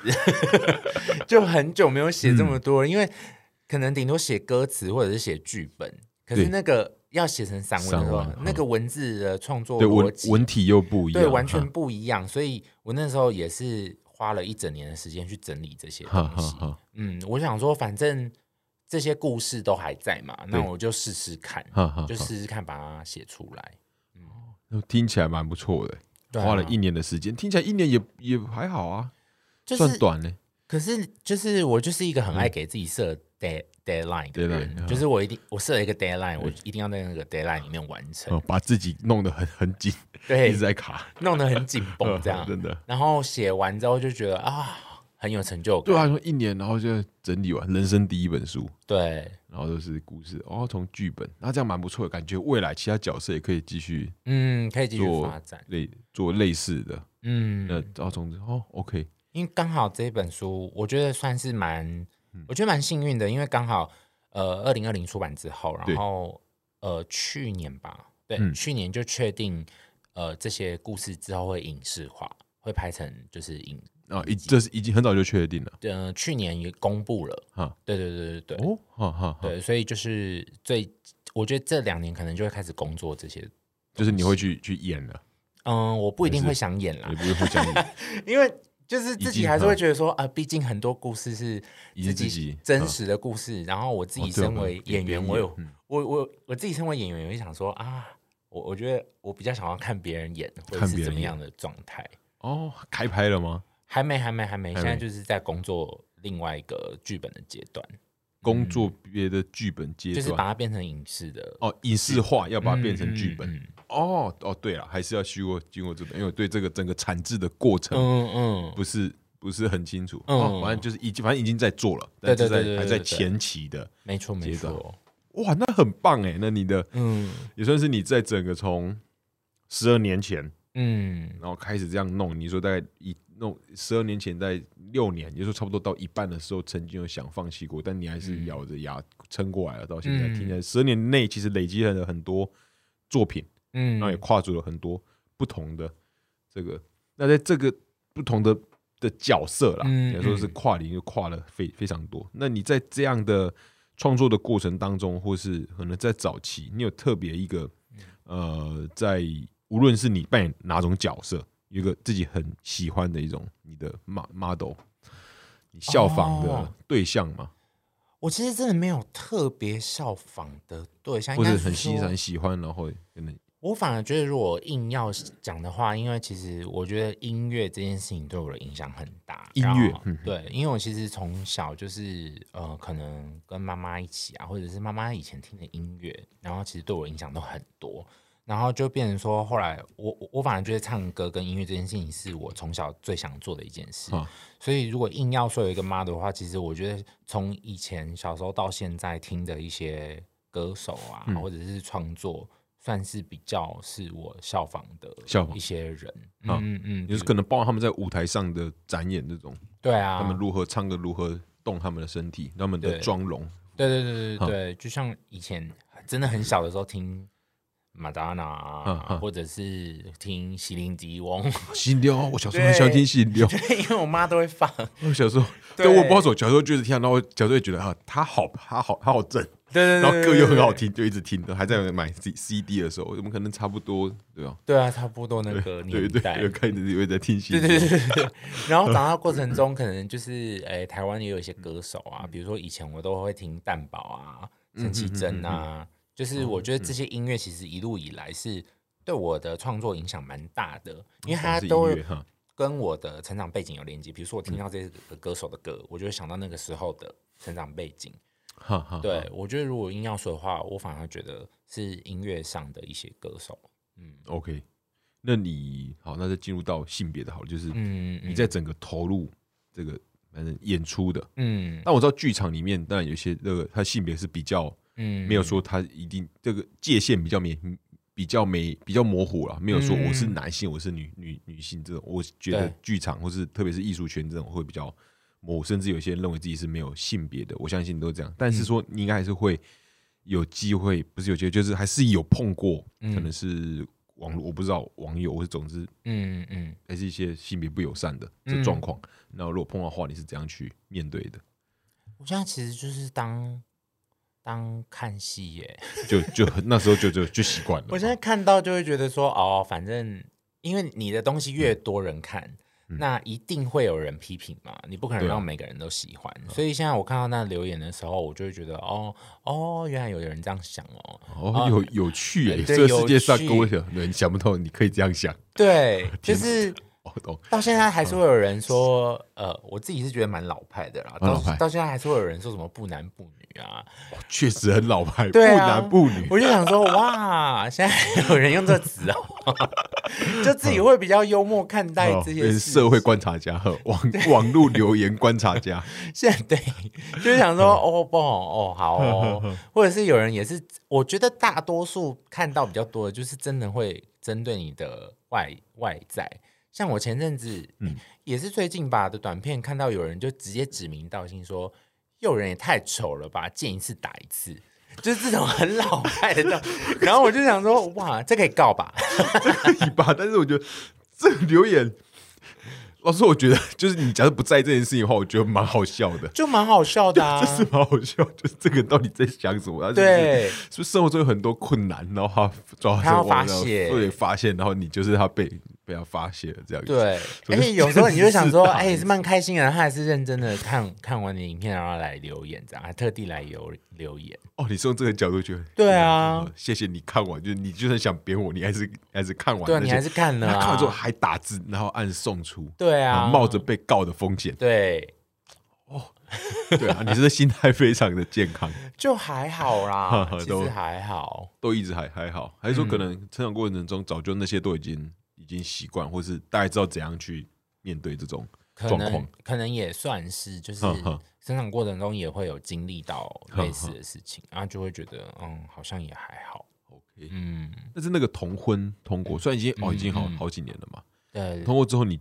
就很久没有写这么
嗯
多了，因为可能顶多写歌词或者是写剧本，可是
对
那个要写成散文的时候
散文，嗯
那个文字的创作
对
逻
文
辑
文体又不一样，嗯
对完全
哈
不一样，所以我那时候也是花了一整年的时间去整理这些
哈
东
哈
西。
哈
嗯，我想说，反正这些故事都还在嘛，那
对
我就试试看，
哈哈
就
哈，
试试看把它写出来。
听起来蛮不错的、
对啊
花了一年的时间，听起来一年也也还好啊，
就是
算短呢、
可是就是我就是一个很爱给自己设 de deadline 的人
嗯 Deadline，嗯
就是我一定我设了一个 deadline，我一定要在那个 deadline 里面完成，
哦，把自己弄得很很紧，一
对
直，在卡，嗯
弄得很紧 绷哎这样。
真的。
然后写完之后就觉得啊，很有成就感。
对啊，说一年，然后就整理完人生第一本书，
对，
然后都是故事，哦，从剧本，那这样蛮不错的，感觉未来其他角色也可以继续
嗯，可以继续
做
发展。
类做类似的，那
嗯，
然后从哦，OK，
因为刚好这一本书，我觉得算是蛮，
嗯
我觉得蛮幸运的，因为刚好呃，二零二零出版之后，
对
然后呃，去年吧，对，
嗯
去年就确定呃这些故事之后会影视化，会拍成就是影，
啊，已这是已经很早就确定了，
呃，去年也公布了。
哈，
对对对对对，
哦，哈哈，哈
对，所以就是最，我觉得这两年可能就会开始工作这些。
就是你会去去演了，
嗯，我不一定
还是
会想演啦
也，不是会 讲你
因为就是自
已
己
经
还是会觉得说啊，毕竟很多故事是
已经
自
自己
己
嗯
真实的故事，然后我自己
哦对
身
我
为
们
演
别
员，
人
我
演嗯
有我我我自己身为演员，我就想说啊，我我觉得我比较想要看别人演或者
看
是
别
怎
人
么
演
样的状态，
哦，开拍了吗？
还没还没还没，
还
现在
没
就是在工作另外一个剧本的阶段，
工作别的剧本阶
嗯就是把
段。
它变成影视的，
哦，影视化要把它变成剧本
嗯
哦哦，对了，还是要需要经过这边，因为我对这个整个产制的过程
嗯嗯，
不是不是很清楚。
嗯
哦，反正就是已经反正已经在做了，但是在
对对对对对
还在
对
前期的。
没错没
阶段
错，
哇，那很棒哎！那你的
嗯
也算是你在整个从十二年前，
嗯，
然后开始这样弄，你说大概一弄十二年前，在六年，也就差不多到一半的时候，曾经有想放弃过，但你还是咬着牙撑过来了。到现在
嗯
听起来，十二年内其实累积了很多作品，
嗯，
然后也跨足了很多不同的这个。那在这个不同的的角色啦，
嗯
也说是跨领域跨了非非常多。那你在这样的创作的过程当中，或是可能在早期，你有特别一个
嗯
呃，在无论是你扮演哪种角色，有一个自己很喜欢的一种你的 mo- model，你效仿的
哦
对象嘛，
我其实真的没有特别效仿的对象，
或者
应该是
很欣
说嗯
赏、很喜欢，然后可能
我反而觉得，如果硬要讲的话，因为其实我觉得音乐这件事情对我的影响很大。
音乐
然后
嗯
对，因为我其实从小就是呃，可能跟妈妈一起啊，或者是妈妈以前听的音乐，然后其实对我影响都很多。然后就变成说，后来我我我反而觉得唱歌跟音乐这件事情是我从小最想做的一件事。
啊
所以如果硬要说有一个 model 的话，其实我觉得从以前小时候到现在听的一些歌手啊，
嗯
或者是创作，算是比较是我效仿的
效仿
一些人。
啊
嗯嗯
就
嗯，
是可能包括他们在舞台上的展演这种。
对
他
啊
们，如何唱歌，如何动他们的身体，他们的
对
妆容，
对对对
嗯
对对，就像以前真的很小的时候听。马达娜
嗯
啊，
嗯
或者是听席琳迪翁，
洗流，我小时候很喜欢听洗流，
因为我妈都会放。
我小时候，
对
但我不知道为什么，小时候就是听，然后小时候也觉得啊，他好，他好，他好正，
对对对，
然后歌又很好
听。
听，就一直听，还在买 C C D 的时候，我们可能差不多，对吧？
对啊，差不多那个
对
年
对，
代。
有开始有在听洗流
对对，对对 对。然后长大过程中，可能就是诶、台湾也有一些歌手啊，比如说以前我都会听蛋堡啊、
嗯
陈绮贞啊，
哦
就是我觉得这些音乐其实一路以来是对我的创作影响蛮大的，因为它
哦是
都
音乐嗯
会
哈，
跟我的成长背景有连接。比如说我听到这个呃歌手的歌，我就会想到那个时候的成长背景。
哈哈，
对我觉得如果硬要说的话，我反而觉得是音乐上的一些歌手。
，OK，那你好，那就进入到性别的好了，就是
嗯，
你在整个投入这个反正演出的，
嗯
但我知道剧场里面当然有一些那个他性别是比较。
嗯
没有说他一定这个界限比较明，比较没比较模糊了，没有说
嗯
我是男性，我是女女女性这种。我觉得
对
剧场或是特别是艺术圈这种会比较模糊，甚至有些人认为自己是没有性别的，我相信都这样。
嗯
但是说你应该还是会有机会，不是有机会，就是还是有碰过，
嗯
可能是网络我不知道网友，或是总之
嗯嗯。
还是一些性别不友善的这
嗯
状况。那如果碰到的话，你是怎样去面对的？
我现在其实就是当当看戏耶，
就就很那时候就就就习惯了嘛。
我现在看到就会觉得说，哦，反正因为你的东西越多人看，那一定会有人批评嘛，你不可能
嗯对啊嗯
让每个人都喜欢，所以现在我看到那留言的时候，我就会觉得，哦哦，原来有人这样想 哦，
哦，有有趣耶！
哎对
这个
有
世界上
趣
跟我想，人想不透，你可以这样想，
对，就
天
是
哦我懂。
到现在还是会有人说，呃，我自己是觉得蛮老派的啦。
蛮
到
老派
到现在还是会有人说什么不男不女啊，
确实很老派，不
对啊
男不 女。
我就想说，哇，现在有人用这词哦， 就自己会比较幽默看待
哦
这
变
些
成
事。
社会观察家，呵网网络留言观察家，
现在对，就是想说，
嗯
哦不哦，好哦，或者是有人也是，我觉得大多数看到比较多的，就是真的会针对你的外外在。像我前阵子，嗯，也是最近吧的短片，看到有人就直接指名道姓说，有人也太丑了吧，见一次打一次。就是这种很老派的 这种，然后我就想说，哇，这可以告吧？
一吧。但是我觉得这个留言，老师，我觉得就是你假如不在意这件事情的话，我觉得蛮好笑的，
就蛮好笑 的啊
这。是蛮好笑。就是这个人到底在想什么？他是不是
对，
是不是生活中有很多困难，然后他抓
他要
说哇
发泄
对，发现，然后你就是他被被他发泄了这样子。
对，啊
所
而
以
且有时候你就想说，
真的是大
哎、是蛮开心的，他还是认真的看看完你的影片，然后来留言，这样还特地来留留言。
哦，你是用这个角度觉得？
对啊
嗯，谢谢你看完，就是你就算想扁我，你还是还是看完，
对啊，
而且
你还是看了、
他
啊，
看完之后还打字，然后按送出，
对
然
啊，，
后冒着被告的风险
对，
对啊，你这心态非常的健康，
就还好
呵
啦，
呵
其
都
实还好。
都一直还还好，还是
嗯
说可能成长过程中早就那些都已经已经习惯，或是大概知道怎样去面对这种
可
状
能
况
可能也算是，就是
呵呵
生长过程中也会有经历到
呵
类似的事情，然后就会觉得，嗯，好像也还好，
OK，
嗯，
但是那个同婚通过，虽然已经哦
嗯
已经好
嗯
好几年了嘛，
对，
通过之后你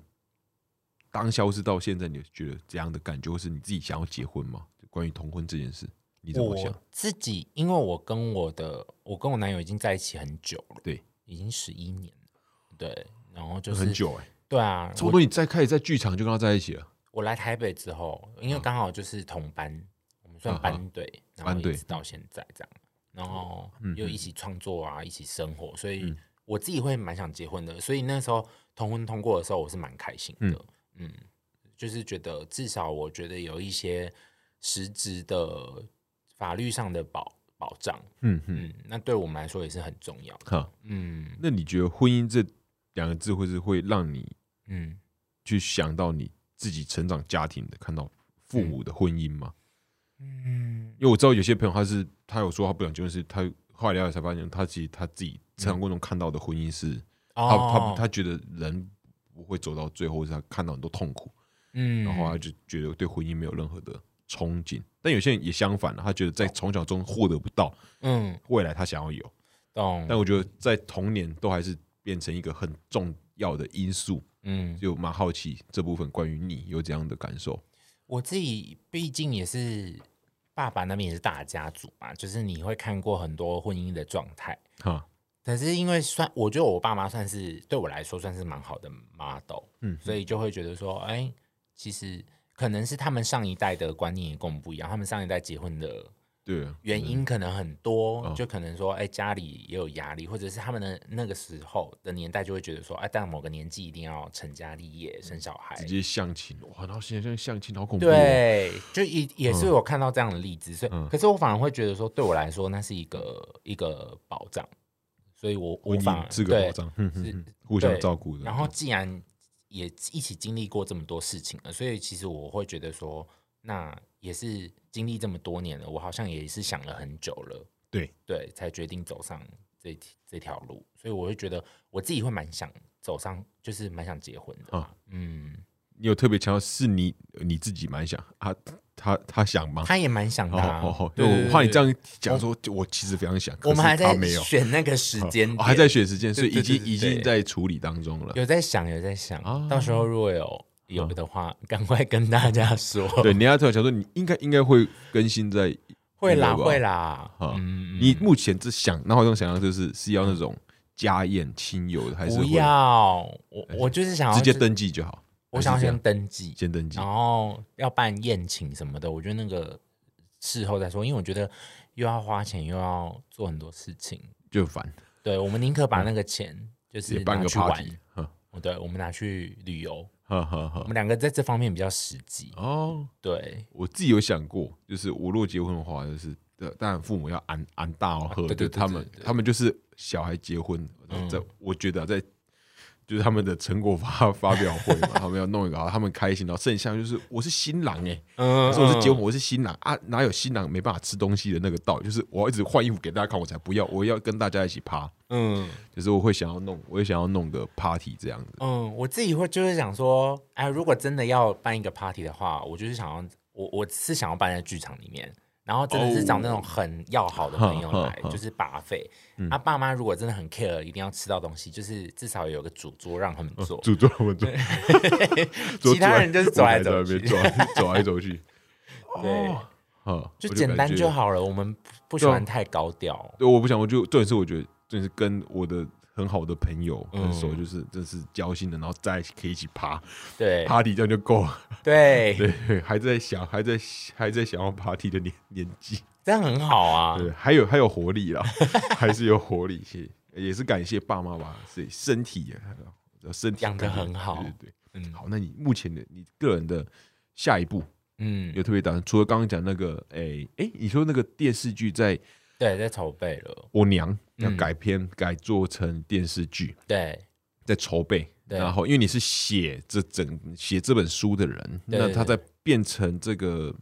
当下或是到现在，你觉得怎样的感觉，或是你自己想要结婚吗？就关于同婚这件事，你怎么想
我？自己，因为我跟我的我跟我男友已经在一起很久了，
对，
已经十一年了，对，然后就是
很，久哎、
对啊，
差不
我
多你再开始在剧场就跟他在一起了，
我来台北之后，因为刚好就是同班，我们算班队，然后
嗯班队嗯
一直到现在这样，然后又一起创作啊，一起生活，所以我自己会蛮想结婚的，所以那时候同婚通过的时候，我是蛮开心的，
嗯
嗯，就是觉得至少我觉得有一些实质的法律上的保保障。
嗯哼，
嗯，那对我们来说也是很重要的。
哈，
嗯
那你觉得婚姻这两个字，会是会让你
嗯，
去想到你自己成长家庭的，看到父母的婚姻吗？嗯，因为我知道有些朋友他是他有说他不想结婚，是他后来了解才发现，他其实他自己成长过程中看到的婚姻是，
嗯
他
哦
他他觉得人不会走到最后，是他看到很多痛苦，
嗯，
然后他就觉得对婚姻没有任何的憧憬。但有些人也相反了，他觉得
哦
在从小中获得不到
嗯
未来他想要有。但
懂，
我觉得在童年都还是变成一个很重要的因素，
嗯，
就蛮好奇这部分关于你有怎样的感受？
我自己毕竟也是爸爸那边也是大家族嘛，就是你会看过很多婚姻的状态。
哈，
可是因为算，我觉得我爸妈算是对我来说算是蛮好的 model，
嗯
所以就会觉得说，哎、其实可能是他们上一代的观念也跟我们不一样，他们上一代结婚的
对啊，
原因可能很多，
哦
就可能说，哎、家里也有压力，或者是他们的那个时候的年代就会觉得说，哎、到某个年纪一定要成家立业、生小孩
直，接相亲哇，然后现在像相亲好恐怖、哦，，
对，就
嗯
也也是有看到这样的例子，所以，可是我反而会觉得说，对我来说，那是一个一个保障，所以我我
婚
反而
姻是个
对
保障，哼哼
是
哼互相照顾的。
然后既然也一起经历过这么多事情了，所以其实我会觉得说，那也是经历这么多年了，我好像也是想了很久了，
对
对，才决定走上这一这条路，所以我会觉得我自己会蛮想走上，就是蛮想结婚的。
啊
嗯，
你有特别强调是你你自己蛮想啊，他他想吗？
他也蛮想的、
好
啊
好好，哦因
对
为我怕你这
样，
样讲说，就我其实非常想，
我们还
可是
在
他没有，
选那个时间点、
哦还在选时间，所以
对
已
对
经已
对对
经在处理当中了。
有在想，有在想，
啊
到时候如果有有的话，赶快跟大家说。
对，你要特别想说，你应该应该会更新在
会啦，
明白吧
会啦，
啊
嗯，
你目前只想脑海中想象就是是要那种家宴亲友的，还是
不
会
要，我我就是想要
直接
就，
登记就好？
我想要
还是这
先
样
登记，
先登记
然，后要办宴请什么的，我觉得那个事后再说，因为我觉得又要花钱又要做很多事情，
就很烦，
对我们宁可把那个钱就
直
是
接办
拿
个
去玩，
party，哈
哦对，我们拿去旅游，
哈哈
我
哈。
们两个在这方面比较实际，
哦，
对，
我自己有想过，就是我如果结婚的话，就是呃当然父母要安安大
啊
喝，
对
就
对嗯对
他们
对对
他们就是小孩结婚，在我觉得啊在就是他们的成果发 发表会嘛，他们要弄一个，然后他们开心，然后剩下就是我是新郎哎、
嗯
可是我是结婚，
嗯
我是新郎啊，哪有新郎没办法吃东西的那个道理？就是我要一直换衣服给大家看，我才不要，我要跟大家一起趴，
嗯
就是我会想要弄，我也想要弄个 party 这 样子。
嗯，我自己会就是想说，哎，如果真的要办一个 party 的话，我就是想要，我我是想要办在剧场里面，然后真的是找那
哦
种很要好的朋友
哼
来，
哼
就是把费。
嗯
啊，爸妈如果真的很 care，一定要吃到东西，就是至少有个主桌让他们坐。
哦主桌我做，主
其他人就是走来走去
我还在那边走走来走去，
对，
啊，
就
我
简单
感觉
就好了。我们不不喜
对啊
欢太高调。
对，我不想，我就重点是我觉得，真是跟我的很好的朋友很
嗯
熟，就是真是交心的，然后在一起可以一起爬
对
party，这样就够了。
对，
对，对还在想，还在还在想要 party 的年年纪，
这样很好啊。
对，还有还有活力啦， 还是有活力，谢也是感谢爸妈吧，所以身体也呃身体
养得
感觉
很好
对对对。
嗯
好，那你目前的你个人的下一步
嗯，
有特别打算？除了刚刚讲那个，哎、哎、你说那个电视剧在
对，在筹备了。
我娘要
嗯
改编、改做成电视剧，
对，
在筹备，
对
然后因为你是写这整写这本书的人，
对
那他在变成这个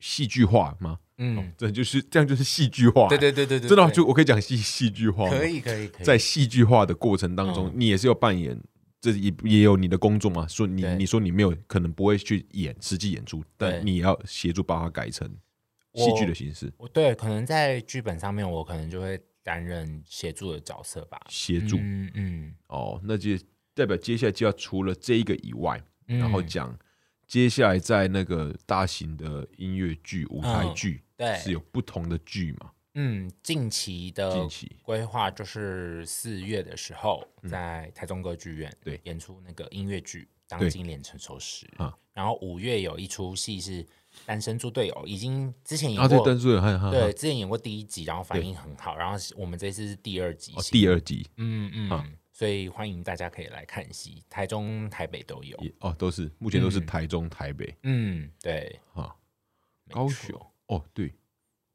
戏剧化吗？
嗯，
这就是这样，就是戏剧化。
对对对对对，
真的
对
就我可以讲戏戏剧化吗，
可以可以可以，
在戏剧化的过程当中，
嗯
你也是要扮演，这也也有你的工作嘛。说你
对
你说你没有可能不会去演实际演出，但
对
你也要协助把它改成
我
戏剧的形式，
我对，可能在剧本上面，我可能就会担任协助的角色吧。
协助、
嗯嗯
哦。那就代表接下来就要除了这一个以外，
嗯，
然后讲接下来在那个大型的音乐剧、舞台剧，
嗯对
是有不同的剧嘛？
嗯，近期的
近期嗯
规划就是四月的时候，在台中歌剧院
对
演出那个音乐剧《当
对
今连成熟时
啊》，
然后五月有一出戏是《单身猪队友》，已经之前
啊，
演
对，
过，
但是很很
对，之前演过第一集，然后反应很好，然后我们这次是第二集
哦，
戏，
第二集
嗯
啊
嗯，所以欢迎大家可以来看戏，台中、台北都有，
也哦，都是目前都是
嗯
台中、台北
嗯，对，
啊，
没
高
错
雄哦，对。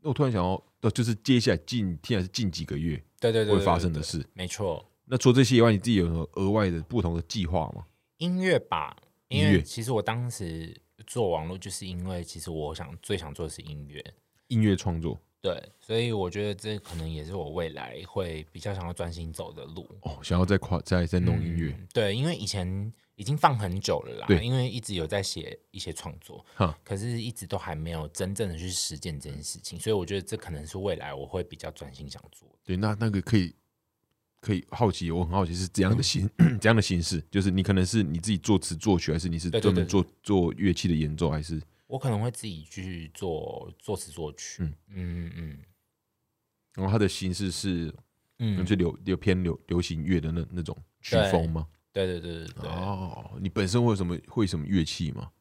那我突然想到，哦，就是接下来近，现在是近几个月
对对对
会
对
发
对
生的
对
事。
没错，
那除了这些以外，你自己有什么额外的不同的计划吗？
音乐吧，因
音乐
为其实我当时做网络，就是因为其实我想最想做的是音乐，
音乐创作
对，所以我觉得这可能也是我未来会比较想要专心走的路。
哦，想要再跨再再弄音乐，
嗯对，因为以前已经放很久了啦，
对
因为一直有在写一些创作
哈，
可是一直都还没有真正的去实践这件事情，所以我觉得这可能是未来我会比较专心想做的。
对，那那个可以可以好奇，我很好奇是怎样
嗯
的形、 怎样的形式，就是你可能是你自己作词作曲，还是你是
对对
专门
对
做做乐器的演奏，还是
我可能会自己去做作词作曲，
嗯
嗯嗯嗯
然后它的形式是
嗯，
就是流有偏流流行乐的那那种曲风吗？
对对对对对，
哦，你本身会有什么会什么乐器吗？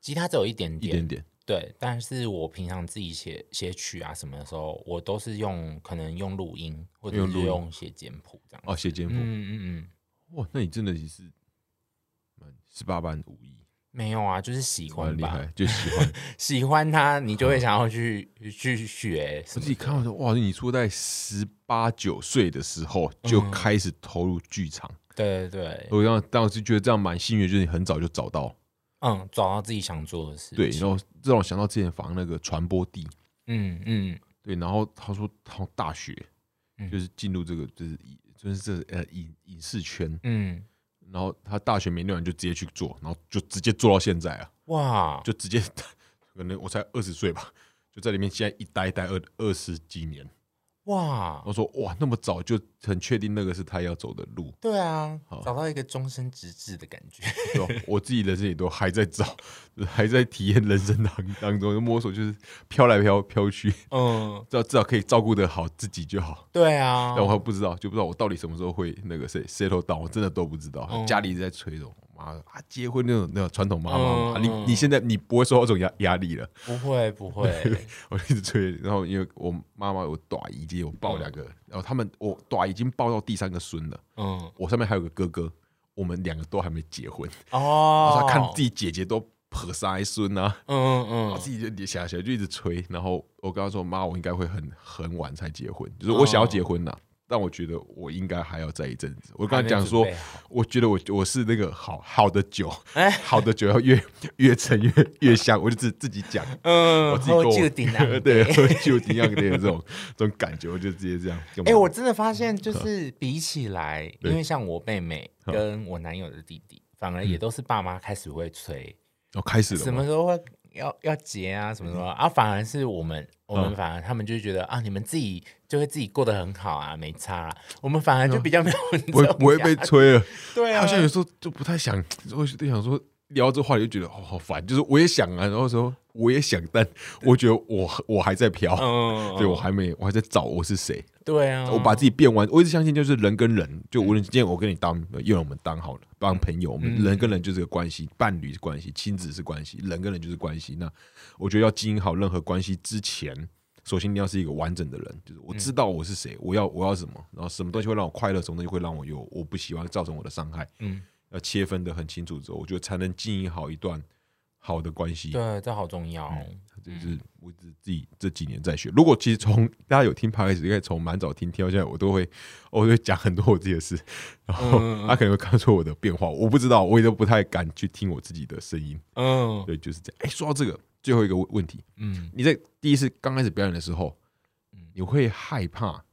吉他只有一点
一
点，
点点
对，但是我平常自己写写曲啊什么的时候，我都是用可能用录音或者
用录
是
音
用写简谱这样。
哦，写简谱、
嗯嗯嗯，
哇，那你真的也是蛮十八般武艺，
没有啊，就是喜欢
蛮厉
吧，
害，就喜 欢。
喜欢它，你就会想要去、去学什
我自
么
己
的
看到说，哇，你说在十八九岁的时候就
嗯
开始投入剧场。
对对对，
我当当时觉得这样蛮幸运，就是你很早就找到，
嗯，找到自己想做的事情。
对，然后这让我想到之前访那个传播地，
嗯嗯，
对，然后他说他大学
嗯
就是进入这个就是影就是这个呃影影视圈，
嗯，
然后他大学没念完就直接去做，然后就直接做到现在啊，
哇，
就直接 可能我才二十岁吧，就在里面现在一待待二二十几年，
哇，
我说哇那么早就很确定那个是他要走的路，
对啊
好，
找到一个终身职志的感觉。
对吧？我自己人生也都还在找， 还在体验人生当 当中摸索，就是飘来飘飘去。
嗯，
至少至少可以照顾得好自己就好。
对啊
但，我还不知道，就不知道我到底什么时候会那个谁 settle down，我真的都不知道。
嗯
家里一直在催着我，妈的啊，结婚那种那种传统妈妈嘛，啊
嗯
你
嗯
你现在你不会受到这种压压力了。
不会不会，
我就一直催，然后因为我妈妈我大姨姐有抱两个，然后他们我大姨已经抱到第三个孙了，
嗯
我上面还有个哥哥，我们两个都还没结婚，然后
哦
她，看自己姐姐都和塞孙啊，
嗯嗯
我
嗯
自己就也想起
哦
来就一直催，然后我跟他说：“妈，我应该会很很晚才结婚，就是我想要结婚呐、啊但我觉得我应该还要再一阵子。我
还
跟
没
他讲说
准备好，
我觉得我我是那个好好的酒，
哎
好的酒要越 越陈越越香，我就自自己讲，
嗯
我自己跟我，
就顶啊
对，喝酒一样的这种这种感觉，我就直接这样。
哎、我真的发现，就是比起来，
嗯对嗯
因为像我妹妹跟我男友的弟弟，反而也都是爸妈开始会催，
我哦开始了
什
吗，
么时候会要要结啊，什么什么啊，反而是我们，我们
嗯
反而他们就觉得啊，你们自己就会自己过得很好啊，没差啊、我们反而就比较没有这
嗯不会
种
不会被
压力
催了。
对啊，
好像有时候就不太想，我就想说聊这话题就觉得好好烦，就是我也想啊，然后说我也想，但我觉得我我还在飘，
嗯，
对我还没，我还在找我是谁，
对啊，嗯
我把自己变完。我一直相信就是人跟人，就无论今天我跟你当，又让我们当好了，当朋友，我们人跟人就是个关系，伴侣是关系，亲子是关系，人跟人就是关系。那我觉得要经营好任何关系之前。首先，你要是一个完整的人，就是我知道我是
嗯
谁，我要我要什么，然后什么东西会让我快乐，什么东西会让我有我不希望造成我的伤害。
嗯，
要切分的很清楚之后，我觉得才能经营好一段好的关系。
对，这好重要哦。
就是我自自己这几年在学。如果其实从大家有听 p 开始，应该从蛮早听听到现在，我都会我都会讲很多我自己的事，然后
嗯
他可能会看出我的变化，我不知道，我也都不太敢去听我自己的声音。
嗯
对，就是这样。哎、说到这个，最后一个问问题，
嗯，
你在第一次刚开始表演的时候
嗯，
你会害怕，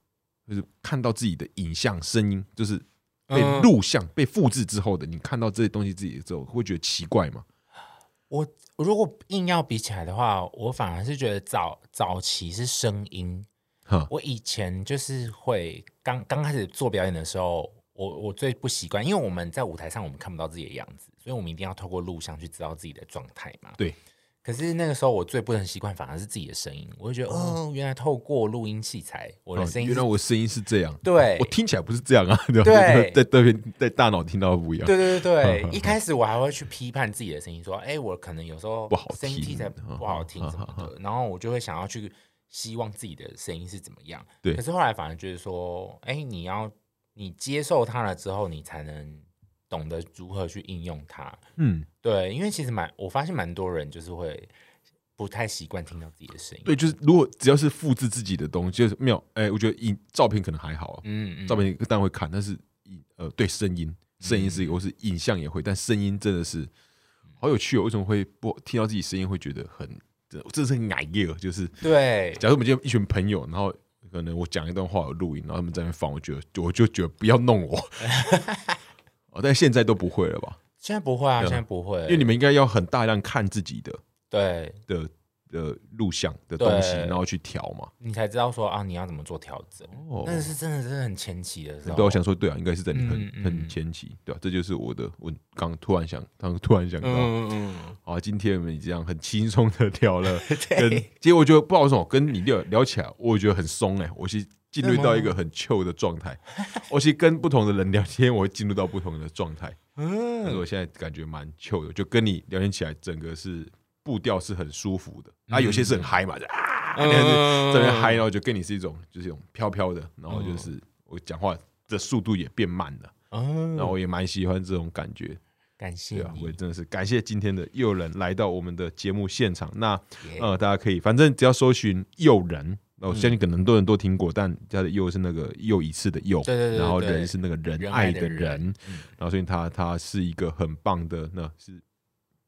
就是看到自己的影像、声音，就是被
嗯
录像、被复制之后的，你看到这些东西自己之后，会觉得奇怪吗？
我我如果硬要比起来的话，我反而是觉得早早期是声 音，
哈，
我以前就是会刚刚开始做表演的时候，我我最不习惯，因为我们在舞台上我们看不到自己的样子，所以我们一定要透过录像去知道自己的状态嘛。
对。
可是那个时候我最不能习惯，反而是自己的声音，我就觉得，哦，原来透过录音器材，我的
哦
声音
原
是、
来我声音是这样，
对
我听起来不是这样啊， 对吧？
对
在这边在大脑听到的不一样，
对对
嗯
对对，一开始我还会去批判自己的声音，说，哎、我可能有时候
不好
声音
听嗯
器材不好听什么的，然后我就会想要去希望自己的声音是怎么样。
对
可是后来反而觉得说，哎、你要你接受它了之后，你才能懂得如何去应用它。
嗯，
对，因为其实蛮，我发现蛮多人就是会不太习惯听到自己的声音。
对，就是如果只要是复制自己的东西，就是没有，哎，我觉得影照片可能还好啊，
嗯，嗯
照片当然会看，但是影呃，对声音，声
嗯
音是一个，我是影像也会，但声音真的是好有趣哦，为什么会不听到自己声音会觉得很，这这是很矮耶，就是
对，
假如我们今天一群朋友，然后可能我讲一段话有录音，然后他们在那边放，我觉得我就觉得不要弄 我，哦，但现在都不会了吧？
现在不会啊，
对啊
现在不会，
因为你们应该要很大量看自己的
对
的的录像的东西，
对
然后去调嘛。
你才知道说啊，你要怎么做调整。
哦
那是哦真的是很前期的时候。
对，我想说，对啊，应该是在你很、
嗯嗯
很前期，对吧、啊这就是我的，我刚突然想，刚突然想到，
嗯嗯，
好、今天我们这样很轻松的聊了
对
跟结果我觉得不好说，跟你聊聊起来，我觉得很松哎、我是进入
真的
到
吗
一个很 chill 的状 态。我其实跟不同的人聊天，我会进入到不同的状态。
嗯
但是
嗯，
我现在感觉蛮 chill 的，就跟你聊天起来，整个是步调是很舒服的。啊，有些是很嗨 嘛，就啊，
嗯
但是这边嗨，然后就跟你是一种就是一种飘飘的，然后就是我讲话的速度也变慢了，
嗯，
然后我也蛮喜欢这种感觉。
感
对
谢
啊，我也
你，
真的是感谢今天的诱人来到我们的节目现场。那
Yeah
呃，大家可以反正只要搜寻诱人，那我相信可能很多人都听过，但他的诱是那个又一次的诱，
对对对对
然后
对
人是那个仁
仁
爱
爱
的
的
人
人，
然后所以他他是一个很棒的，那是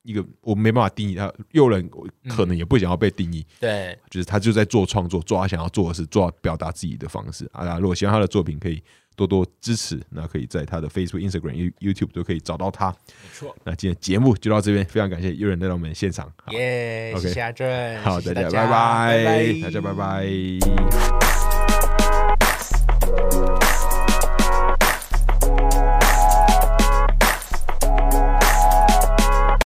一个我没办法定义他诱人，我可
嗯
能也不想要被定义，
对，
就是他就在做创作，做他想要做的事，做他表达自己的方式啊。大家如果喜欢他的作品，可以多多支持，那可以在他的 Facebook、Instagram、You- YouTube 都可以找到他。
没错，
那今天节目就到这边，非常感谢悠人来到我们现场。好
耶，
OK
谢谢阿正，
好，
谢谢
大家
拜
拜拜，
拜
大家拜拜。